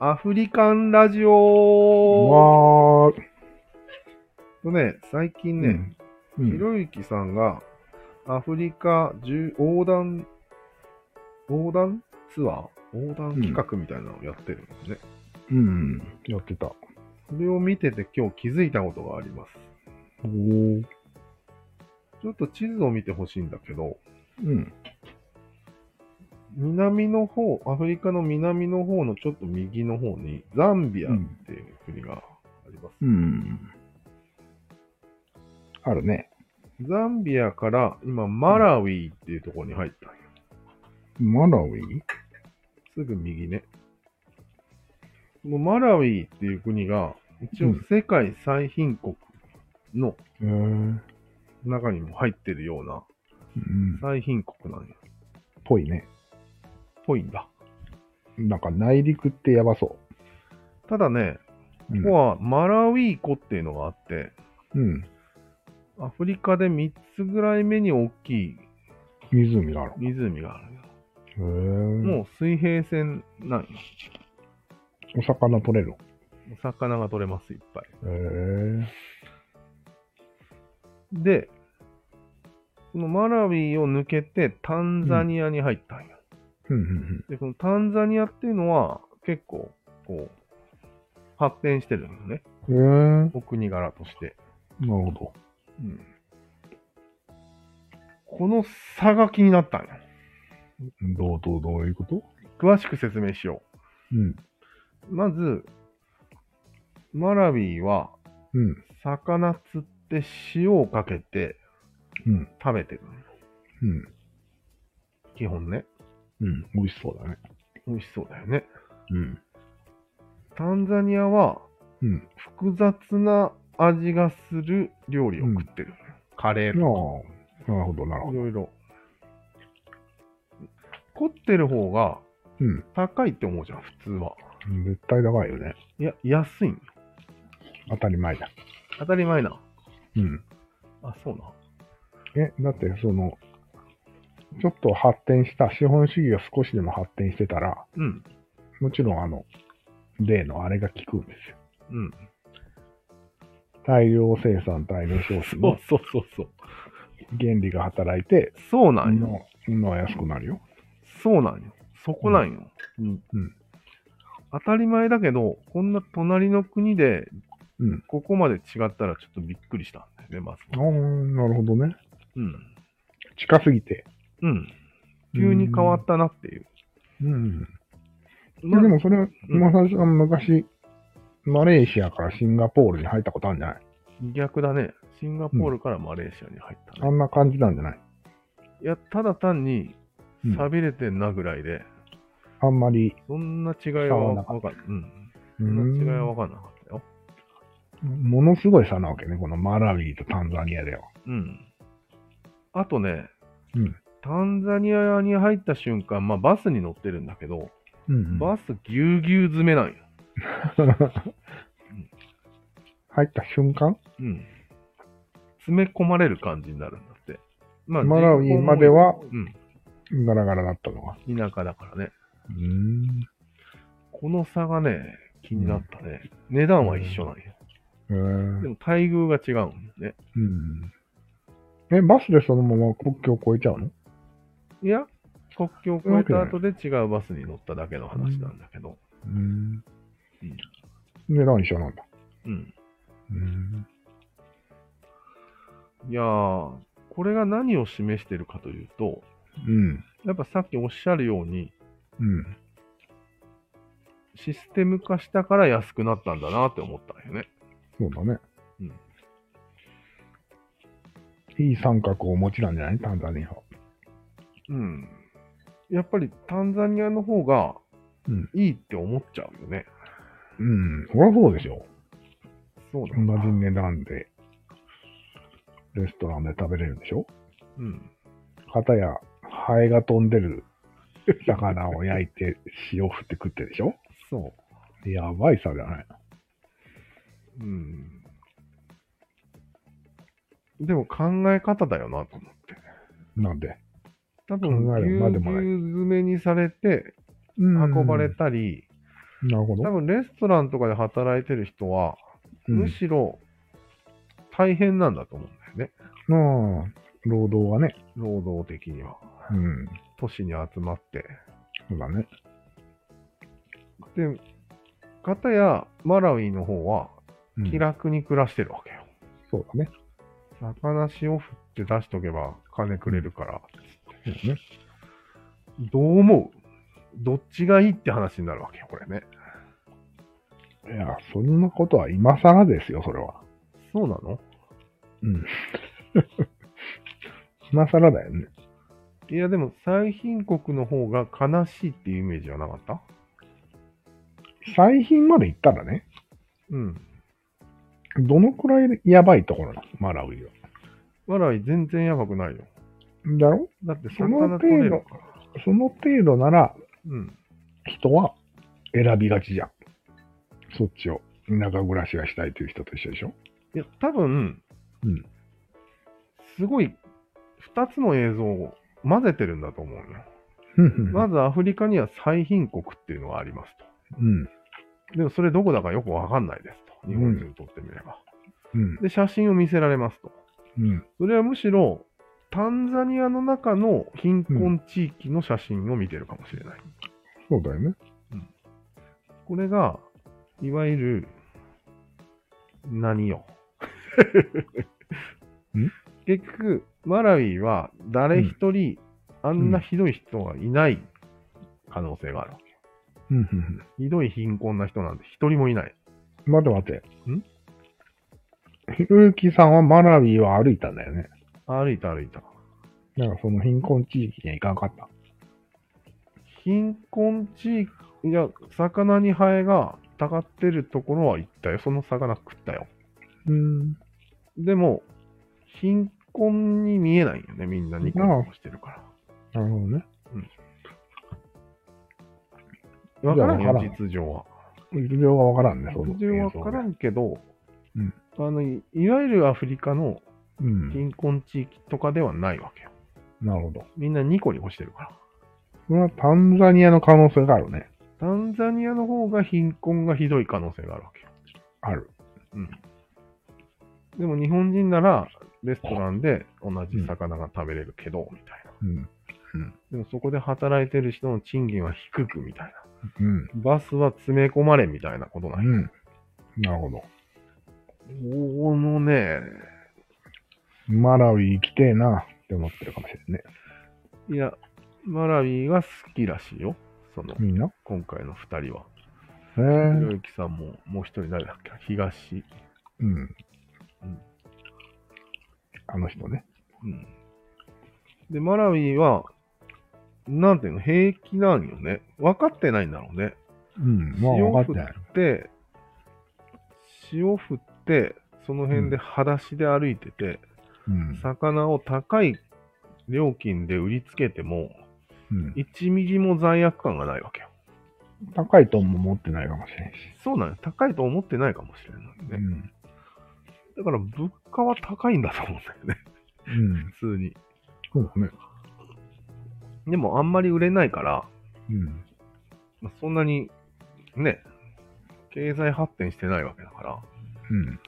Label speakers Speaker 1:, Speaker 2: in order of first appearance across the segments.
Speaker 1: アフリカンラジオ
Speaker 2: わー。
Speaker 1: とね、最近ね、
Speaker 2: うん。
Speaker 1: ひろゆきさんが、アフリカ縦横断、横断ツアー横断企画みたいなのをやってるんですね。
Speaker 2: うん。やってた。お
Speaker 1: それを見てて今日気づいたことがあります。
Speaker 2: ー。
Speaker 1: ちょっと地図を見てほしいんだけど、
Speaker 2: うん。
Speaker 1: 南の方、アフリカの南の方のちょっと右の方に、ザンビアっていう国があります。
Speaker 2: うん。あるね。
Speaker 1: ザンビアから今、マラウィっていうところに入ったんよ。
Speaker 2: マラウィ
Speaker 1: すぐ右ね。このマラウィっていう国が、一応世界最貧国の
Speaker 2: へー。
Speaker 1: 中にも入ってるような
Speaker 2: うん。
Speaker 1: 最貧国なんや。
Speaker 2: ぽいね。
Speaker 1: ぽいんだ。
Speaker 2: なんか内陸ってやばそ
Speaker 1: ただね、
Speaker 2: う。う
Speaker 1: ここ
Speaker 2: ん
Speaker 1: はマラウィ湖っていうのがあって、
Speaker 2: うん。
Speaker 1: アフリカで3つぐらい目に大きい
Speaker 2: 湖がある。
Speaker 1: 湖があるよ。
Speaker 2: へえ。
Speaker 1: もう水平線なんよ。
Speaker 2: お魚取れる。
Speaker 1: お魚が取れます、いっぱい。
Speaker 2: へえ。
Speaker 1: で、そのマラウィを抜けてタンザニアに入ったんよ。
Speaker 2: うんうん
Speaker 1: で、このタンザニアっていうのは結構、こう、発展してるんよね。
Speaker 2: うん。へ
Speaker 1: お国柄として。
Speaker 2: え。なるほ
Speaker 1: うんこの差が気になったんよ。
Speaker 2: ど。どうどうどういうこと
Speaker 1: 詳しく説明しよ
Speaker 2: うん。
Speaker 1: う。まず、マラウィは
Speaker 2: うん。
Speaker 1: 魚釣って塩をかけて
Speaker 2: うん。
Speaker 1: 食べてるのよ。
Speaker 2: うん。
Speaker 1: 基本ね。
Speaker 2: うん。美味しそうだね。
Speaker 1: 美味しそうだよね。
Speaker 2: うん。
Speaker 1: タンザニアは
Speaker 2: うん。
Speaker 1: 複雑な味がする料理を食ってる。カレーと
Speaker 2: ああ。なるほど、なる
Speaker 1: か
Speaker 2: ほ
Speaker 1: い
Speaker 2: ど。
Speaker 1: ろいろ。凝ってる方が
Speaker 2: うん。
Speaker 1: 高いって思うじゃん、普通は。
Speaker 2: 絶対高いよね。
Speaker 1: いや、安いんよ
Speaker 2: 当たり前だ。
Speaker 1: 当たり前な。
Speaker 2: うん。
Speaker 1: あ、そうな。
Speaker 2: え、だってその、ちょっと発展した、資本主義が少しでも発展してたら、
Speaker 1: うん、
Speaker 2: もちろんあの、例のあれが効くんですよ。
Speaker 1: うん。
Speaker 2: 大量生産、大量消費の
Speaker 1: そうそうそう。
Speaker 2: 原理が働いて、
Speaker 1: そうなんよ。
Speaker 2: の、のは安くなるよ。
Speaker 1: そうなんよ。そこなんよ。うん
Speaker 2: うん
Speaker 1: 当たり前だけど、こんな隣の国で
Speaker 2: うん。
Speaker 1: ここまで違ったらちょっとびっくりしたんだよね、まず。
Speaker 2: ああ、なるほどね。
Speaker 1: うん。
Speaker 2: 近すぎて。
Speaker 1: うん。急に変わったなっていう。
Speaker 2: うん。
Speaker 1: まあ
Speaker 2: でもそれ、
Speaker 1: ん
Speaker 2: まさしは昔、マレーシアからシンガポールに入ったことあるんじゃない
Speaker 1: 逆だね。シンガポールからマレーシアに入った
Speaker 2: あ
Speaker 1: ね、
Speaker 2: んな感じなんじゃない
Speaker 1: いや、ただ単に
Speaker 2: うん、
Speaker 1: 錆びれてんなぐらいで、
Speaker 2: あんまり。
Speaker 1: そんな違い
Speaker 2: 差
Speaker 1: は
Speaker 2: はな
Speaker 1: わ
Speaker 2: か
Speaker 1: か
Speaker 2: っ
Speaker 1: ん
Speaker 2: た
Speaker 1: うん。
Speaker 2: う
Speaker 1: そんな違いは
Speaker 2: ん
Speaker 1: わかんなかったよ。
Speaker 2: ものすごい差なわけね、このマラウィとタンザニアでは。
Speaker 1: うん。あとね、
Speaker 2: うん
Speaker 1: タンザニアに入った瞬間、まあバスに乗ってるんだけど、
Speaker 2: うんうん
Speaker 1: バスぎゅうぎゅう詰めなんよ。
Speaker 2: 入った瞬間、
Speaker 1: うん。詰め込まれる感じになるんだって。ま
Speaker 2: マラウ
Speaker 1: 人
Speaker 2: ィ
Speaker 1: 口も
Speaker 2: までは
Speaker 1: うん。
Speaker 2: ガラガラだったのが。
Speaker 1: 田舎だからね。
Speaker 2: うん。
Speaker 1: この差がね、気になったね。値段は一緒なんよ。
Speaker 2: え
Speaker 1: でも待遇が違うんだよね。
Speaker 2: うん。え、バスでそのまま国境を越えちゃうの
Speaker 1: いや、国境を越えた後で違うバスに乗っただけの話なんだけど。
Speaker 2: うん。値段一緒なんだ。
Speaker 1: うん。
Speaker 2: うん。
Speaker 1: いやー、これが何を示してるかというと、
Speaker 2: うん。
Speaker 1: やっぱさっきおっしゃるように、
Speaker 2: うん。
Speaker 1: システム化したから安くなったんだなって思ったんよね。
Speaker 2: そうだね。
Speaker 1: うん
Speaker 2: いい三角をお持ちなんじゃないタンザニアは。
Speaker 1: うん。やっぱりタンザニアの方が
Speaker 2: うん
Speaker 1: いいって思っちゃうよね。
Speaker 2: うん。そりゃそうでしょ。
Speaker 1: そう
Speaker 2: 同じ値段で、レストランで食べれるんでしょ
Speaker 1: うん。
Speaker 2: 片やハエが飛んでる魚を焼いて塩振って食ってるでしょ
Speaker 1: そ
Speaker 2: やばいさじゃない。
Speaker 1: う。うん。でも考え方だよなと思って。
Speaker 2: なんで。
Speaker 1: 多分、
Speaker 2: 考え
Speaker 1: ぎゅ
Speaker 2: るまで
Speaker 1: うぎゅう
Speaker 2: もない
Speaker 1: 詰めにされて運ばれたり、
Speaker 2: なるほ
Speaker 1: 多
Speaker 2: ど。
Speaker 1: 分レストランとかで働いてる人は、
Speaker 2: うん
Speaker 1: むしろ大変なんだと思うんだよね。
Speaker 2: まあ、労働はね。
Speaker 1: 労働的には。
Speaker 2: うん。
Speaker 1: 都市に集まって。
Speaker 2: そうだね。
Speaker 1: で、かたやマラウイの方は
Speaker 2: うん
Speaker 1: 気楽に暮らしてるわけよ。
Speaker 2: そうだね。
Speaker 1: 魚塩振って出しとけば金くれるから。
Speaker 2: そうだね。
Speaker 1: どう思うどっちがいいって話になるわけよ、これね。
Speaker 2: いや、そんなことは今更ですよ、それは。
Speaker 1: そうなの
Speaker 2: うん。今更だよね。
Speaker 1: いや、でも、最貧国の方が悲しいっていうイメージはなかった
Speaker 2: 最貧まで行ったらね、
Speaker 1: うん。
Speaker 2: どのくらいやばいところなのマラウイは。
Speaker 1: マラウイ全然やばくないよ。
Speaker 2: だろ
Speaker 1: だって
Speaker 2: その
Speaker 1: 魚取れるから。
Speaker 2: その程度なら、
Speaker 1: うん。
Speaker 2: 人は選びがちじゃん。そっちを。田舎暮らしがしたいという人と一緒でしょ
Speaker 1: いや、多分、
Speaker 2: うん
Speaker 1: すごい、二つの映像を混ぜてるんだと思うよ。ま
Speaker 2: う
Speaker 1: ずアフリカには最貧国っていうのがあります
Speaker 2: ん。
Speaker 1: と。でもそれどこだかよくわかんないですと。日本人にとってみれば。
Speaker 2: うん。
Speaker 1: で、写真を見せられますと。
Speaker 2: うん。
Speaker 1: それはむしろ、タンザニアの中の貧困地域の写真を見てるかもしれない。
Speaker 2: そうだよね。
Speaker 1: これが、いわゆる、何 よ
Speaker 2: ん。
Speaker 1: 結局、マラウイは誰一人、あんなひどい人はいない可能性がある。
Speaker 2: うんうんうん。
Speaker 1: ひどい貧困な人なんて一人もいない。
Speaker 2: 待って待って。
Speaker 1: ん
Speaker 2: ひろゆきさんはマラウイを歩いたんだよね。
Speaker 1: 歩いた歩いた。
Speaker 2: だからその貧困地域には行かなかった。
Speaker 1: 貧困地域、いや、魚にハエがたかってるところは行ったよ。その魚食ったよ。
Speaker 2: うん。
Speaker 1: でも、貧困に見えないよね、みんなニコニコしてるか
Speaker 2: なるほどね。あ
Speaker 1: ら。わからん
Speaker 2: じゃ
Speaker 1: よ
Speaker 2: あわから、ん
Speaker 1: 実情は。
Speaker 2: 実情がわからんね、その
Speaker 1: 実情はわから
Speaker 2: ん。
Speaker 1: んけど、
Speaker 2: うん
Speaker 1: あのいいわゆるアフリカの
Speaker 2: うん。
Speaker 1: 貧困地域とかではないわけよ。
Speaker 2: なるほど。
Speaker 1: みんなニコニコしてるから。
Speaker 2: それはタンザニアの可能性があるね。
Speaker 1: タンザニアの方が貧困がひどい可能性があるわけよ。
Speaker 2: ある。
Speaker 1: でも日本人ならレストランで同じ魚が食べれるけど、みたいな。
Speaker 2: うん。
Speaker 1: でもそこで働いてる人の賃金は低くみたいな。
Speaker 2: うん。
Speaker 1: バスは詰め込まれみたいなことな
Speaker 2: うん
Speaker 1: よ。
Speaker 2: ん。なるほど。
Speaker 1: このね、
Speaker 2: マラウイ行きてえなって思ってるかもしれんね。
Speaker 1: いや、マラウィが好きらしいよ。その、
Speaker 2: みんな。
Speaker 1: 今回の2人は。
Speaker 2: ええ
Speaker 1: ひろゆきさんも、もう一人誰だっけ東。
Speaker 2: うん。あの人ね。
Speaker 1: うん。で、マラウィは、なんていうの、平気なんよね。分かってないんだろうね。
Speaker 2: うん。まあ
Speaker 1: 塩
Speaker 2: 分か
Speaker 1: 振
Speaker 2: ってない。
Speaker 1: って、塩振って、その辺で裸足で歩いてて、
Speaker 2: うん。
Speaker 1: 魚を高い料金で売りつけても、
Speaker 2: うん、
Speaker 1: 1ミリも罪悪感がないわけよ。
Speaker 2: 高いとも持ってないかもしれんし。
Speaker 1: そうなんよ。高いと思ってないかもしれないね。
Speaker 2: うん。
Speaker 1: だから物価は高いんだと思うんだよね、
Speaker 2: うん。
Speaker 1: 普通に。
Speaker 2: そうだね。
Speaker 1: でもあんまり売れないから、
Speaker 2: うん。
Speaker 1: まあそんなにね、経済発展してないわけだから、
Speaker 2: うん。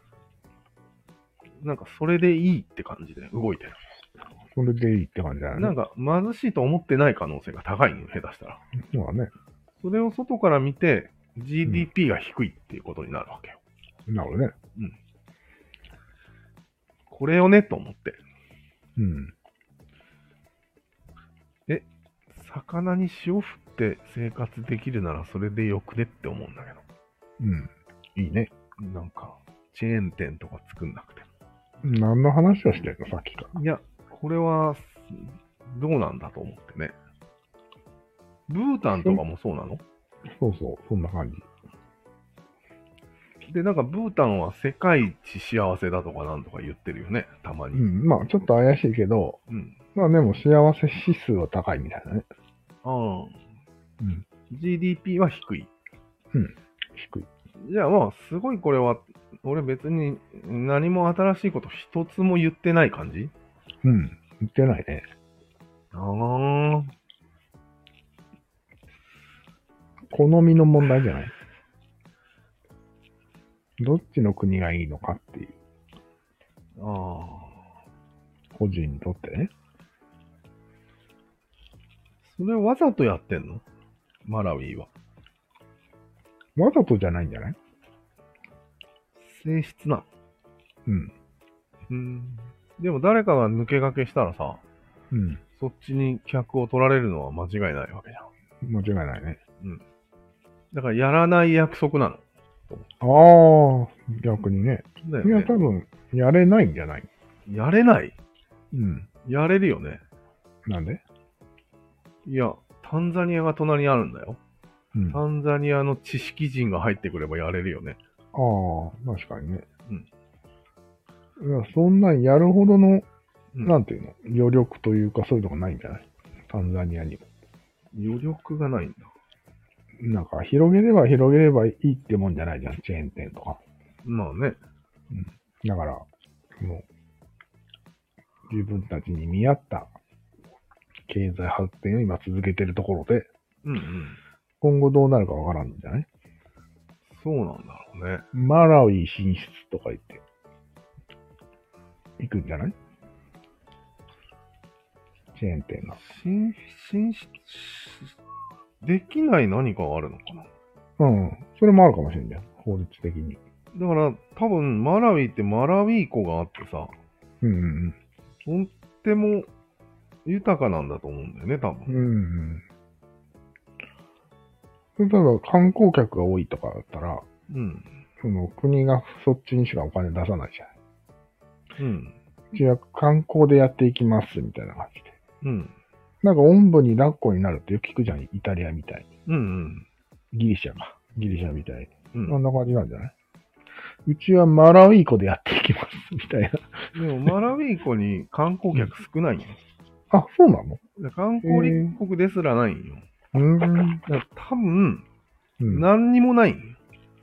Speaker 1: なんかそれでいいって感じで動いてる。
Speaker 2: それでいいって感じだよね。
Speaker 1: なんか貧しいと思ってない可能性が高いのよ、下手したら。
Speaker 2: そうだね。
Speaker 1: それを外から見て、GDP が低いっていうことになるわけよ。
Speaker 2: なるほどね。
Speaker 1: これをね、と思って。
Speaker 2: うん。
Speaker 1: 魚に塩振って生活できるならそれでよくねって思うんだけ
Speaker 2: うん。いいね。
Speaker 1: ど。なんか、チェーン店とか作んなくても
Speaker 2: 何の話をしてんのさっきから。
Speaker 1: いや、これは、すどうなんだと思ってね。ブータンとかもそうなの
Speaker 2: そうそう。そんな感じ。
Speaker 1: で、なんかブータンは世界一幸せだとかなんとか言ってるよね、たま
Speaker 2: う
Speaker 1: に。
Speaker 2: ん。まあ、ちょっと怪しいけど、
Speaker 1: うん。
Speaker 2: まあでも幸せ指数は高いみたいだね。
Speaker 1: ああ、
Speaker 2: うん。
Speaker 1: GDP は低い。
Speaker 2: 低い。
Speaker 1: じゃあまあ、すごいこれは、俺別に何も新しいこと一つも言ってない感じ
Speaker 2: うん。言ってないね。
Speaker 1: ああ、
Speaker 2: 好みの問題じゃない。どっちの国がいいのかっていう、
Speaker 1: ああ。
Speaker 2: 個人にとってね。
Speaker 1: それわざとやってんのマラウイは。
Speaker 2: わざとじゃないんじゃない
Speaker 1: 性質な。
Speaker 2: うん。
Speaker 1: うん。でも誰かが抜け駆けしたらさ、
Speaker 2: うん。
Speaker 1: そっちに客を取られるのは間違いないわけじゃん。
Speaker 2: 間違いないね。
Speaker 1: だからやらない約束なの。
Speaker 2: ああ、逆にね。
Speaker 1: だよ
Speaker 2: いや、
Speaker 1: ね
Speaker 2: 多。分、やれないんじゃない
Speaker 1: やれない
Speaker 2: うん。
Speaker 1: やれるよね。
Speaker 2: なんで
Speaker 1: いや、タンザニアが隣にあるんだよ。
Speaker 2: うん。あ
Speaker 1: タンザニアの知識人が入ってくればやれるよね。
Speaker 2: あ、確かにね。
Speaker 1: うん
Speaker 2: いや。そんなんやるほどの、
Speaker 1: うん
Speaker 2: なんていうの、余力というか、そういうのがないんじゃないタンザニアにも。
Speaker 1: 余力がないんだ。
Speaker 2: なんか、広げれば広げればいいってもんじゃないじゃん、チェーン店とか。
Speaker 1: まあね。
Speaker 2: だから、もう、自分たちに見合った経済発展を今続けてるところで、
Speaker 1: うんうん。
Speaker 2: 今後どうなるかわからんんじゃない
Speaker 1: そうなんだろうね。
Speaker 2: マラウイ進出とか言って、行くんじゃないチェーン店が。
Speaker 1: 進進出、できない何かがあるのかな。
Speaker 2: うん。それもあるかもしれんじゃん。法律的に。
Speaker 1: だから多分マラウイってマラウィー湖があってさ、
Speaker 2: うんうん
Speaker 1: とっても豊かなんだと思うんだよね、多
Speaker 2: うん。
Speaker 1: 分。
Speaker 2: うんうん。それただ観光客が多いとかだったら、
Speaker 1: うん。
Speaker 2: その国がそっちにしかお金出さないじゃん。
Speaker 1: うん。
Speaker 2: じゃあ観光でやっていきますみたいな感じで。
Speaker 1: うん。
Speaker 2: なんか、おんぶに抱っこになるってよく聞くじゃん。イタリアみたい
Speaker 1: うんうん。
Speaker 2: に。ギリシャか。ギリシャみたい
Speaker 1: うん
Speaker 2: に。そんな感じなんじゃないうちはマラウイ湖でやっていきます。みたいな。
Speaker 1: でもマラウィー湖に観光客少ないよ。
Speaker 2: あ、そうなの
Speaker 1: で観光立国ですらないんよ。
Speaker 2: うーん。
Speaker 1: だから多分、
Speaker 2: うん、
Speaker 1: 何にもないんよ。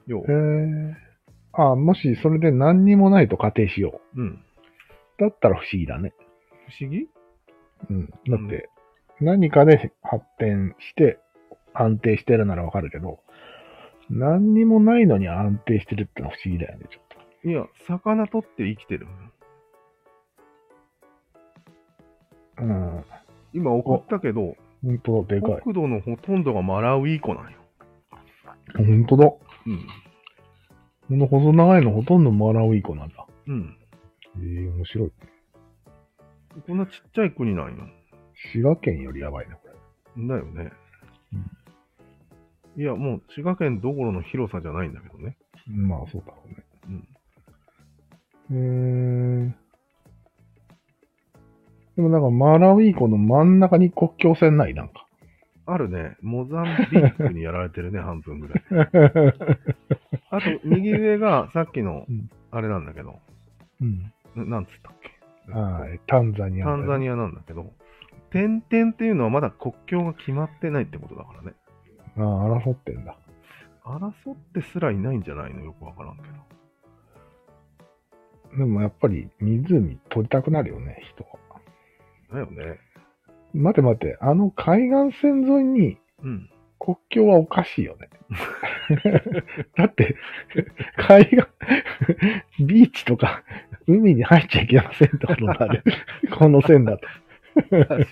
Speaker 1: 要は
Speaker 2: へーあ、もしそれで何にもないと仮定しよ
Speaker 1: うん。
Speaker 2: う。だったら不思議だね。
Speaker 1: 不思議
Speaker 2: うん。だって、何かで発展して、安定してるならわかるけど、何にもないのに安定してるってのは不思議だよね、ちょっと。
Speaker 1: いや、魚取って生きてる。
Speaker 2: うん。
Speaker 1: 今送ったけど、
Speaker 2: 本当だ、でかい。
Speaker 1: 国土のほとんどがマラウイ湖なんよ。
Speaker 2: 本当だ。こ
Speaker 1: うん。
Speaker 2: の細長いのほとんどマラウイ湖なんだ。
Speaker 1: うん。
Speaker 2: ええ面白い。
Speaker 1: こんなちっちゃい国なんよ。
Speaker 2: 滋賀県よりやばいね、これ。
Speaker 1: だよね。いや、もう滋賀県どころの広さじゃないんだけどね。
Speaker 2: まあ、そうだろう
Speaker 1: う
Speaker 2: ね。
Speaker 1: ん。
Speaker 2: へえ。でもなんかマラウイ湖の真ん中に国境線ないなんか。
Speaker 1: あるね、モザンビークにやられてる ね、半分ぐらい。あと、右上がさっきの
Speaker 2: うん、
Speaker 1: あれなんだけど、
Speaker 2: うん。
Speaker 1: ななんつったっけ
Speaker 2: はい。タンザニア。
Speaker 1: タンザニアなんだけど、点々っていうのはまだ国境が決まってないってことだからね。
Speaker 2: ア。ああ、争ってんだ。
Speaker 1: 争ってすらいないんじゃないのよくわからんけど。
Speaker 2: でもやっぱり湖取りたくなるよね、人は。
Speaker 1: だよね。
Speaker 2: 待て待て、あの海岸線沿いに
Speaker 1: うん。
Speaker 2: 国境はおかしいよね。 だって、海岸、ビーチとか、海に入っちゃいけませんってことにな る。この線だと。
Speaker 1: 確かに。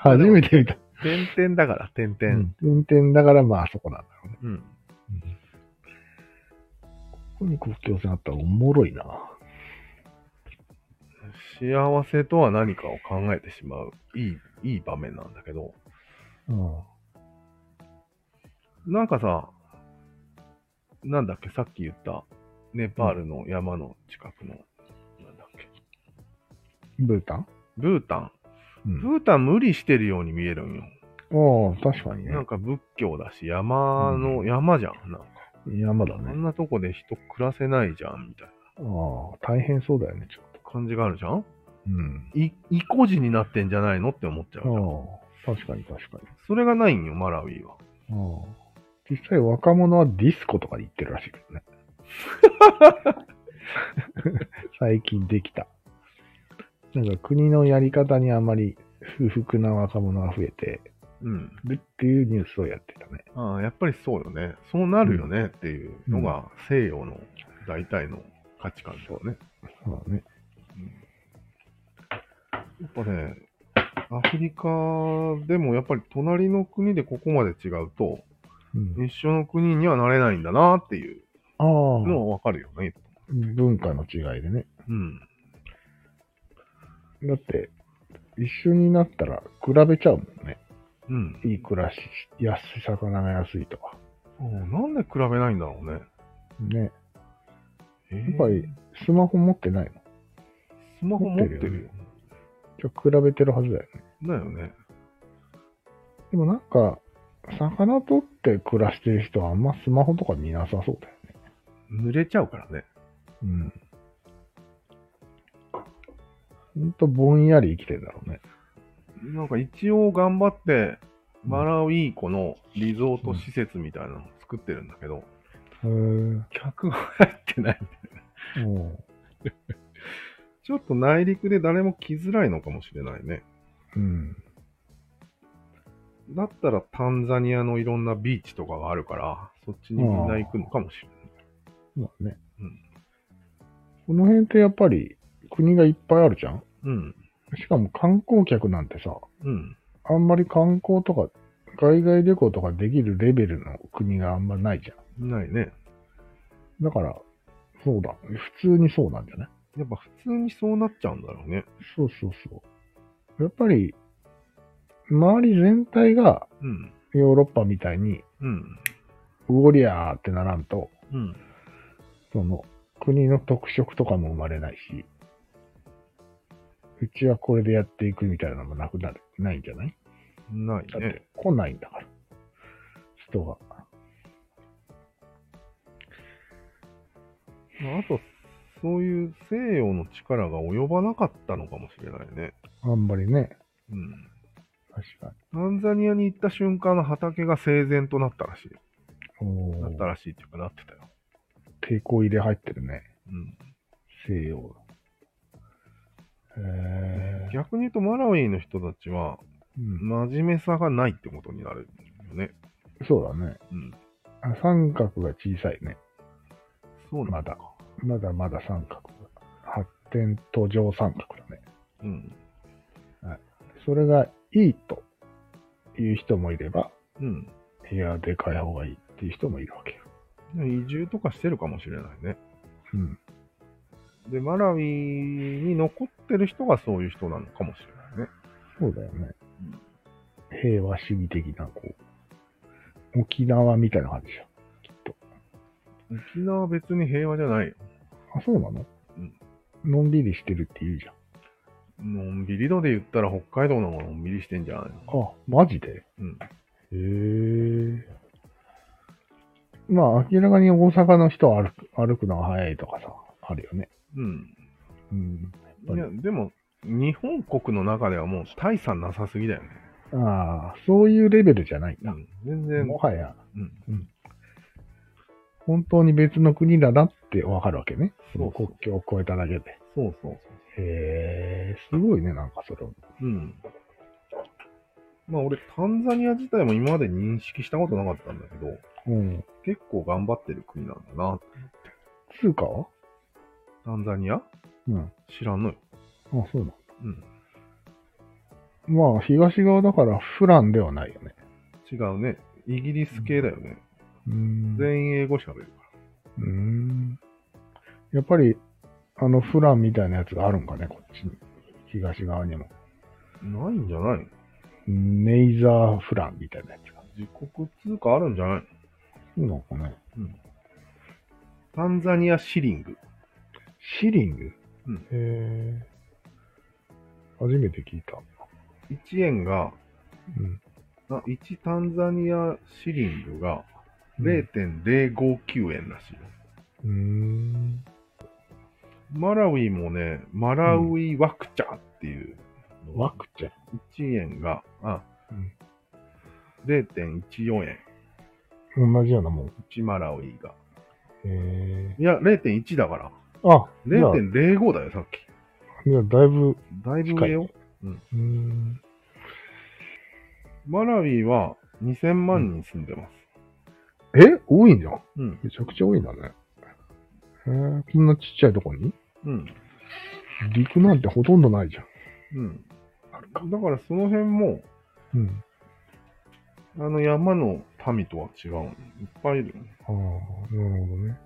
Speaker 2: 初めて見た。
Speaker 1: 点々だから、点々。
Speaker 2: 運転だから、まあ、あそこなんだろうね。
Speaker 1: うん。
Speaker 2: ここに国境線あったらおもろいな。
Speaker 1: 幸せとは何かを考えてしまう、いい、いい場面なんだけど、
Speaker 2: うん。
Speaker 1: なんかさ、なんだっけ、さっき言った、ネパールの山の近くの、なんだっけ、
Speaker 2: ブータン
Speaker 1: ブータン。
Speaker 2: うん。
Speaker 1: ブータン無理してるように見えるんよ。
Speaker 2: ああ、確かにね
Speaker 1: な。んか仏教だし、山の、山じゃん。なんか、
Speaker 2: 山だ
Speaker 1: あ
Speaker 2: ね。
Speaker 1: んなとこで人暮らせないじゃん、みたい
Speaker 2: ああ、大変そうだよね、ちょっと。
Speaker 1: な感じがあるじゃん
Speaker 2: うん。
Speaker 1: い、意固地になってんじゃないのって思っちゃうじゃん。
Speaker 2: ああ、確かに確かに。
Speaker 1: それがないんよ、マラウイは。
Speaker 2: ああ。実際若者はディスコとかに行ってるらしいけどね。最近できた。なんか国のやり方にあまり不服な若者が増えて
Speaker 1: うん。
Speaker 2: るっていうニュースをやってたね。
Speaker 1: ああ、やっぱりそうよね。そうなるよねっていうのが西洋の大体の価値観とね。
Speaker 2: そうだね。
Speaker 1: やっぱね、アフリカでもやっぱり隣の国でここまで違うと、
Speaker 2: うん、
Speaker 1: 一緒の国にはなれないんだなっていう
Speaker 2: ああ、
Speaker 1: のはわかるよね。
Speaker 2: 文化の違いでね。
Speaker 1: うん。
Speaker 2: だって、一緒になったら比べちゃうもんね。
Speaker 1: うん。
Speaker 2: いい暮らし、安い、魚が安いとか。
Speaker 1: そうなんで比べないんだろうね。
Speaker 2: ね。
Speaker 1: え
Speaker 2: やっぱり、スマホ持ってないの。
Speaker 1: スマホ持って
Speaker 2: 持って
Speaker 1: る
Speaker 2: るじゃあ比べてるはずだよね。
Speaker 1: よ。だよね。
Speaker 2: でもなんか、魚取って暮らしてる人はあんまスマホとか見なさそうだよね。
Speaker 1: 濡れちゃうからね。
Speaker 2: うん。ほんとぼんやり生きてんだろうね。
Speaker 1: なんか一応頑張って、マラウイ湖のリゾート施設みたいなのを作ってるんだけど、
Speaker 2: へー
Speaker 1: 客が入ってない。
Speaker 2: うん
Speaker 1: ちょっと内陸で誰も来づらいのかもしれないね。
Speaker 2: うん。
Speaker 1: だったらタンザニアのいろんなビーチとかがあるから、そっちにみんな行くのかもしれない。
Speaker 2: まあね。
Speaker 1: うん
Speaker 2: この辺ってやっぱり国がいっぱいあるじゃん
Speaker 1: うん。
Speaker 2: しかも観光客なんてさ、
Speaker 1: うん。
Speaker 2: あんまり観光とか、海外旅行とかできるレベルの国があんまないじゃ
Speaker 1: ないね。
Speaker 2: ん。だから、そうだ。普通にそうなんじゃない
Speaker 1: やっぱ普通にそうなっちゃうんだろうね。
Speaker 2: そうそうそう。やっぱり、周り全体が
Speaker 1: うん。
Speaker 2: ヨーロッパみたいに、
Speaker 1: うん。
Speaker 2: ウォリアーってならんと、
Speaker 1: うん。
Speaker 2: その、国の特色とかも生まれないし、うちはこれでやっていくみたいなのもなくなる、ないんじゃない
Speaker 1: ない
Speaker 2: だっ
Speaker 1: ね
Speaker 2: て。来ないんだから、人が。
Speaker 1: まああと、そういう西洋の力が及ばなかったのかもしれないね。
Speaker 2: あんまりね、
Speaker 1: うん。
Speaker 2: 確か
Speaker 1: タンザニアに行った瞬間の畑が整然となったらしい。
Speaker 2: に。お
Speaker 1: な
Speaker 2: ー
Speaker 1: ったらしいっていうかなってたよ。
Speaker 2: 抵抗入れ入ってるね、
Speaker 1: うん。
Speaker 2: 西洋の。へー
Speaker 1: 逆に言うとマラウイの人たちは、
Speaker 2: うん、
Speaker 1: 真面目さがないってことになるよね。
Speaker 2: そうだね。
Speaker 1: うん。
Speaker 2: あ三角が小さいね。
Speaker 1: そうな
Speaker 2: ま
Speaker 1: ん
Speaker 2: だ。まだまだ三角が。発展途上三角だね。
Speaker 1: うん。
Speaker 2: それがいいという人もいれば、
Speaker 1: うん。
Speaker 2: いや、でかい方がいいっていう人もいるわけよ。
Speaker 1: 移住とかしてるかもしれないね。
Speaker 2: うん。
Speaker 1: で、マラウイに残ってる人がそういう人なのかもしれないね。
Speaker 2: そうだよね。平和主義的な、こう、沖縄みたいな感じじゃん。
Speaker 1: 沖縄は別に平和じゃないよ。
Speaker 2: あ、そうなの
Speaker 1: うん
Speaker 2: のんびりしてるって言うじゃん。
Speaker 1: のんびり度で言ったら北海道の方がのんびりしてんじゃないの
Speaker 2: あ、マジで
Speaker 1: うん。
Speaker 2: へえ。まあ、明らかに大阪の人は歩く歩くのが早いとかさ、あるよね。
Speaker 1: うん。
Speaker 2: うん。
Speaker 1: いや、でも、日本国の中ではもう大差なさすぎだよね。
Speaker 2: ああ、そういうレベルじゃないん
Speaker 1: う
Speaker 2: だ。
Speaker 1: ん。全然、
Speaker 2: もはや、
Speaker 1: うん。
Speaker 2: 本当に別の国だなってわかるわけね。
Speaker 1: そうそう
Speaker 2: 国境を越えただけで。
Speaker 1: そうそう
Speaker 2: へえ、すごいね、なんかそれを。
Speaker 1: そう。うん。まあ俺、タンザニア自体も今まで認識したことなかったんだけど、
Speaker 2: うん。
Speaker 1: 結構頑張ってる国なんだな。
Speaker 2: 通貨は
Speaker 1: タンザニア
Speaker 2: うん。あ、
Speaker 1: 知らんのよ。
Speaker 2: そうだ。
Speaker 1: うん。
Speaker 2: まあ、東側だからフランではないよね。
Speaker 1: 違うね。イギリス系だよね。
Speaker 2: うーん。う
Speaker 1: 全員英語喋るか
Speaker 2: ーん。やっぱり、あのフランみたいなやつがあるんかね、こっちに。東側にも。
Speaker 1: ら。ないんじゃないの
Speaker 2: ネイザーフランみたいなやつが。
Speaker 1: 自国通貨あるんじゃないの
Speaker 2: そうなのかね。
Speaker 1: タンザニアシリング。
Speaker 2: シリング、
Speaker 1: うん
Speaker 2: へえ。初めて聞いた。
Speaker 1: 1円が、
Speaker 2: うん。
Speaker 1: あ1タンザニアシリングが0.059円らしいよ。
Speaker 2: うーん。
Speaker 1: マラウイもね、マラウイワクチャっていうのが、
Speaker 2: ワクチャ。
Speaker 1: 1円が、あ、
Speaker 2: うん
Speaker 1: 0.14円。
Speaker 2: 同じようなもん。へ
Speaker 1: 1マラウイが。
Speaker 2: え。
Speaker 1: いや、0.1だから。
Speaker 2: あ、じゃあ、
Speaker 1: 0.05だよ、さっき。
Speaker 2: じゃあだいぶ、う
Speaker 1: だいぶ上よ。
Speaker 2: ーん。
Speaker 1: マラウイは2000万人住んでます。
Speaker 2: え多いじゃん。
Speaker 1: うん。
Speaker 2: めちゃくちゃ多いんだね。へえこんなちっちゃいとこに
Speaker 1: うん。
Speaker 2: 陸なんてほとんどないじゃん。
Speaker 1: うん。だからその辺も、
Speaker 2: うん。
Speaker 1: あの山の民とは違う。いっぱいいるよね。
Speaker 2: ああ、なるほどね。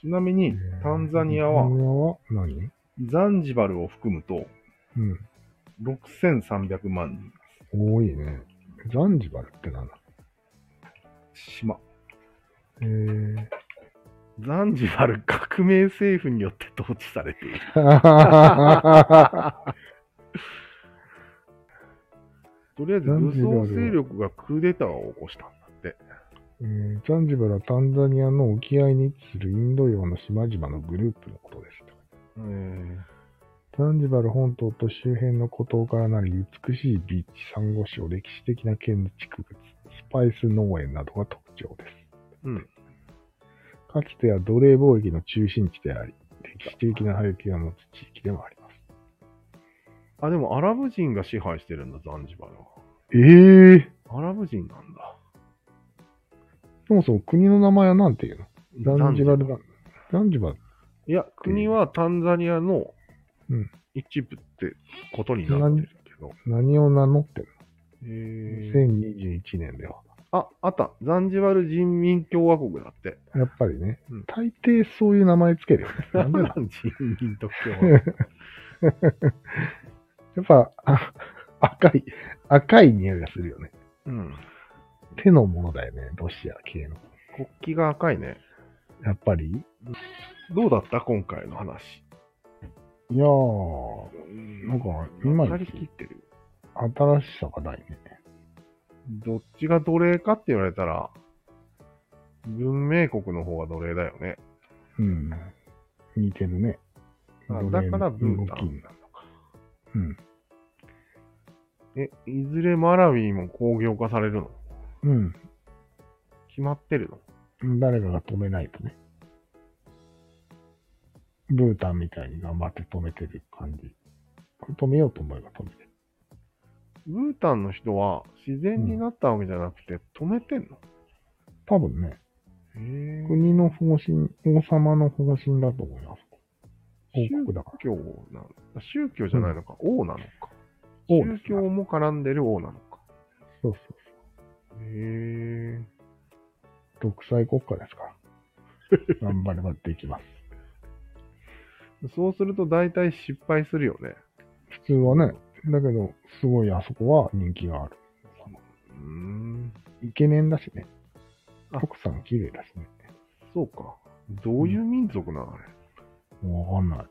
Speaker 1: ちなみに、タンザニアは
Speaker 2: タン、ザニアは何
Speaker 1: ザンジバルを含むと、
Speaker 2: うん。
Speaker 1: 6300万人。
Speaker 2: 多いね。ザンジバルってなんだ
Speaker 1: 島。
Speaker 2: えー、
Speaker 1: ザンジバル革命政府によって統治されている。 とりあえず武装勢力がクーデターを起こしたんだって。
Speaker 2: えーザンジバルはタンザニアの沖合に位置するインド洋の島々のグループのことです。
Speaker 1: えー
Speaker 2: ザンジバル本島と周辺の孤島からなり美しいビーチ、サンゴ礁、歴史的な建築物、スパイス農園などが特徴です。
Speaker 1: うん。
Speaker 2: かつては奴隷貿易の中心地であり、歴史的な背景を持つ地域でもあります。
Speaker 1: あ、でもアラブ人が支配してるんだ、ザンジバル
Speaker 2: ええ
Speaker 1: は。アラブ人なんだ。
Speaker 2: そもそも国の名前は何て言うのザンジバル
Speaker 1: ザ
Speaker 2: だ。ザンジバル。
Speaker 1: いや、国はタンザニアの
Speaker 2: うん
Speaker 1: 一部ってことになってるけど。
Speaker 2: 何を名乗ってるの
Speaker 1: へー
Speaker 2: ?2021 年では。
Speaker 1: あ、あった。ザンジバル人民共和国だって。
Speaker 2: やっぱりね、
Speaker 1: うん
Speaker 2: 大抵そういう名前つけ るよね。なんでだ
Speaker 1: 人民と共和国。
Speaker 2: やっぱあ、赤い、赤い匂いがするよね。
Speaker 1: うん。
Speaker 2: 手のものだよね、ロシア系の。
Speaker 1: 国旗が赤いね。
Speaker 2: やっぱりい
Speaker 1: どうだった今回の話。
Speaker 2: やー、なんか、今
Speaker 1: 分かりきってる。
Speaker 2: 新しさがないね。
Speaker 1: どっちが奴隷かって言われたら、文明国の方が奴隷だよね。
Speaker 2: うん。似てるね。
Speaker 1: あ
Speaker 2: 奴
Speaker 1: だ
Speaker 2: 隷
Speaker 1: か
Speaker 2: の
Speaker 1: らブータ
Speaker 2: 動き
Speaker 1: ン
Speaker 2: になるのか。うん。
Speaker 1: え、いずれマラウィも工業化されるの
Speaker 2: うん。
Speaker 1: 決まってるの
Speaker 2: 誰かが止めないとね。ブータンみたいに頑張って止めてる感じ。止めようと思えば止めてる。
Speaker 1: ブータンの人は自然になったわけじゃなくて止めてんの、
Speaker 2: 多分ね、
Speaker 1: へー
Speaker 2: 国の方針、王様の方針だと思います。王国だから。
Speaker 1: 宗教なの宗教じゃないのか、王なのか。
Speaker 2: 王
Speaker 1: 宗
Speaker 2: です
Speaker 1: 教も絡んでる王なのか。
Speaker 2: そうそう
Speaker 1: へえ。
Speaker 2: そう。独裁国家ですから。頑張ればできます。
Speaker 1: そうすると大体失敗するよね。
Speaker 2: 普通はね、だけど、すごいあそこは人気がある。
Speaker 1: うーん。
Speaker 2: イケメンだしね。
Speaker 1: あ
Speaker 2: 奥さん綺麗だしね。
Speaker 1: そうか。どういう民族なのあれ。
Speaker 2: もうわかんない。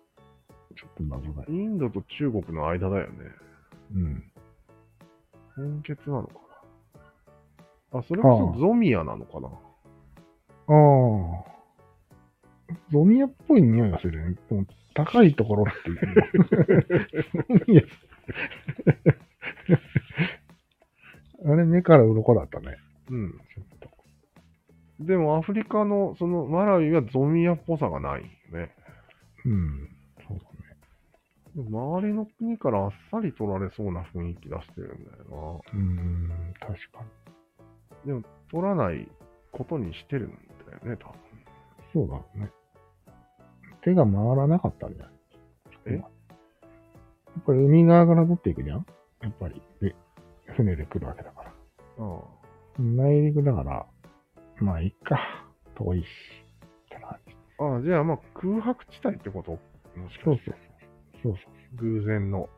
Speaker 2: ちょっと謎だよ。
Speaker 1: インドと中国の間だよね。
Speaker 2: うん。
Speaker 1: 本血なのかな。あ、それこ
Speaker 2: あ
Speaker 1: そ
Speaker 2: あ
Speaker 1: ゾミアなのかな。
Speaker 2: ああ。ゾニアっぽい匂いがするね。でも高いところっていう。ゾ ニア。あれ、目から鱗だったね。
Speaker 1: うん。
Speaker 2: ちょっと。
Speaker 1: でもアフリカのそのマラウイはゾミアっぽさがないよね。
Speaker 2: うん。そうだね。
Speaker 1: 周りの国からあっさり取られそうな雰囲気出してるんだよ
Speaker 2: うーん、確かに。
Speaker 1: な。取らないことにしてるんだよね、多分。
Speaker 2: そうだろうね。手が回らなかったんじゃない
Speaker 1: え
Speaker 2: やっぱり海側から取っていくじゃんやっぱり。で、船で来るわけだから。
Speaker 1: ああ。
Speaker 2: 内陸だから、まあ、いっか。遠いし。って感じ。
Speaker 1: ああ、じゃあまあ空白地帯ってこともしか
Speaker 2: そう
Speaker 1: して
Speaker 2: そうそう。そうそ
Speaker 1: 偶然の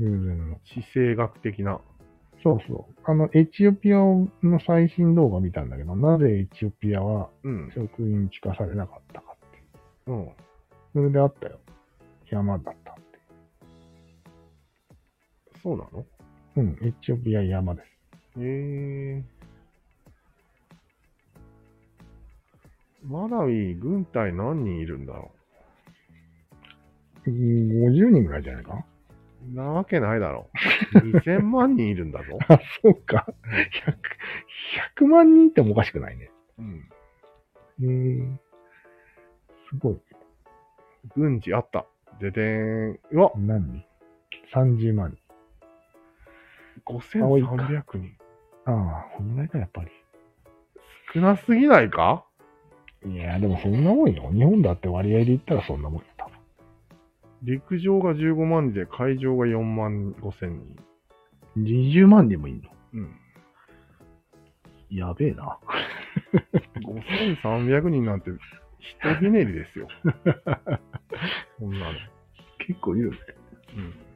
Speaker 2: う。偶然の。
Speaker 1: 地政学的な。
Speaker 2: そうそう。あの、エチオピアの最新動画見たんだけど、なぜエチオピアは
Speaker 1: うん。
Speaker 2: 植民地化されなかったかっていう。
Speaker 1: うん。
Speaker 2: それであったよ。山だったって。
Speaker 1: そうなの
Speaker 2: うん、エチオピア山です。
Speaker 1: へえ。マラウイ、軍隊何人いるんだろ
Speaker 2: うん50人ぐらいじゃないか
Speaker 1: うなわけないだろう。2000万人いるんだぞ。
Speaker 2: あ、そうか。100、100万人ってもおかしくないね。
Speaker 1: うん。
Speaker 2: へえ。すごい。
Speaker 1: 軍事あった。ででーん。うわ、
Speaker 2: 何人 ?30 万人。青い
Speaker 1: 5300人。
Speaker 2: ああ、こんぐらいだ、やっぱり。
Speaker 1: 少なすぎないか
Speaker 2: いや、でもそんなもんよ。日本だって割合で言ったらそんなもんよ。多分
Speaker 1: 陸上が15万人で、海上が4万5千人。
Speaker 2: 20万人もいんの
Speaker 1: うん。
Speaker 2: やべえな。
Speaker 1: 5300人なんて、ひとひねりですよ。そんなの。
Speaker 2: 結構いるね。
Speaker 1: うん。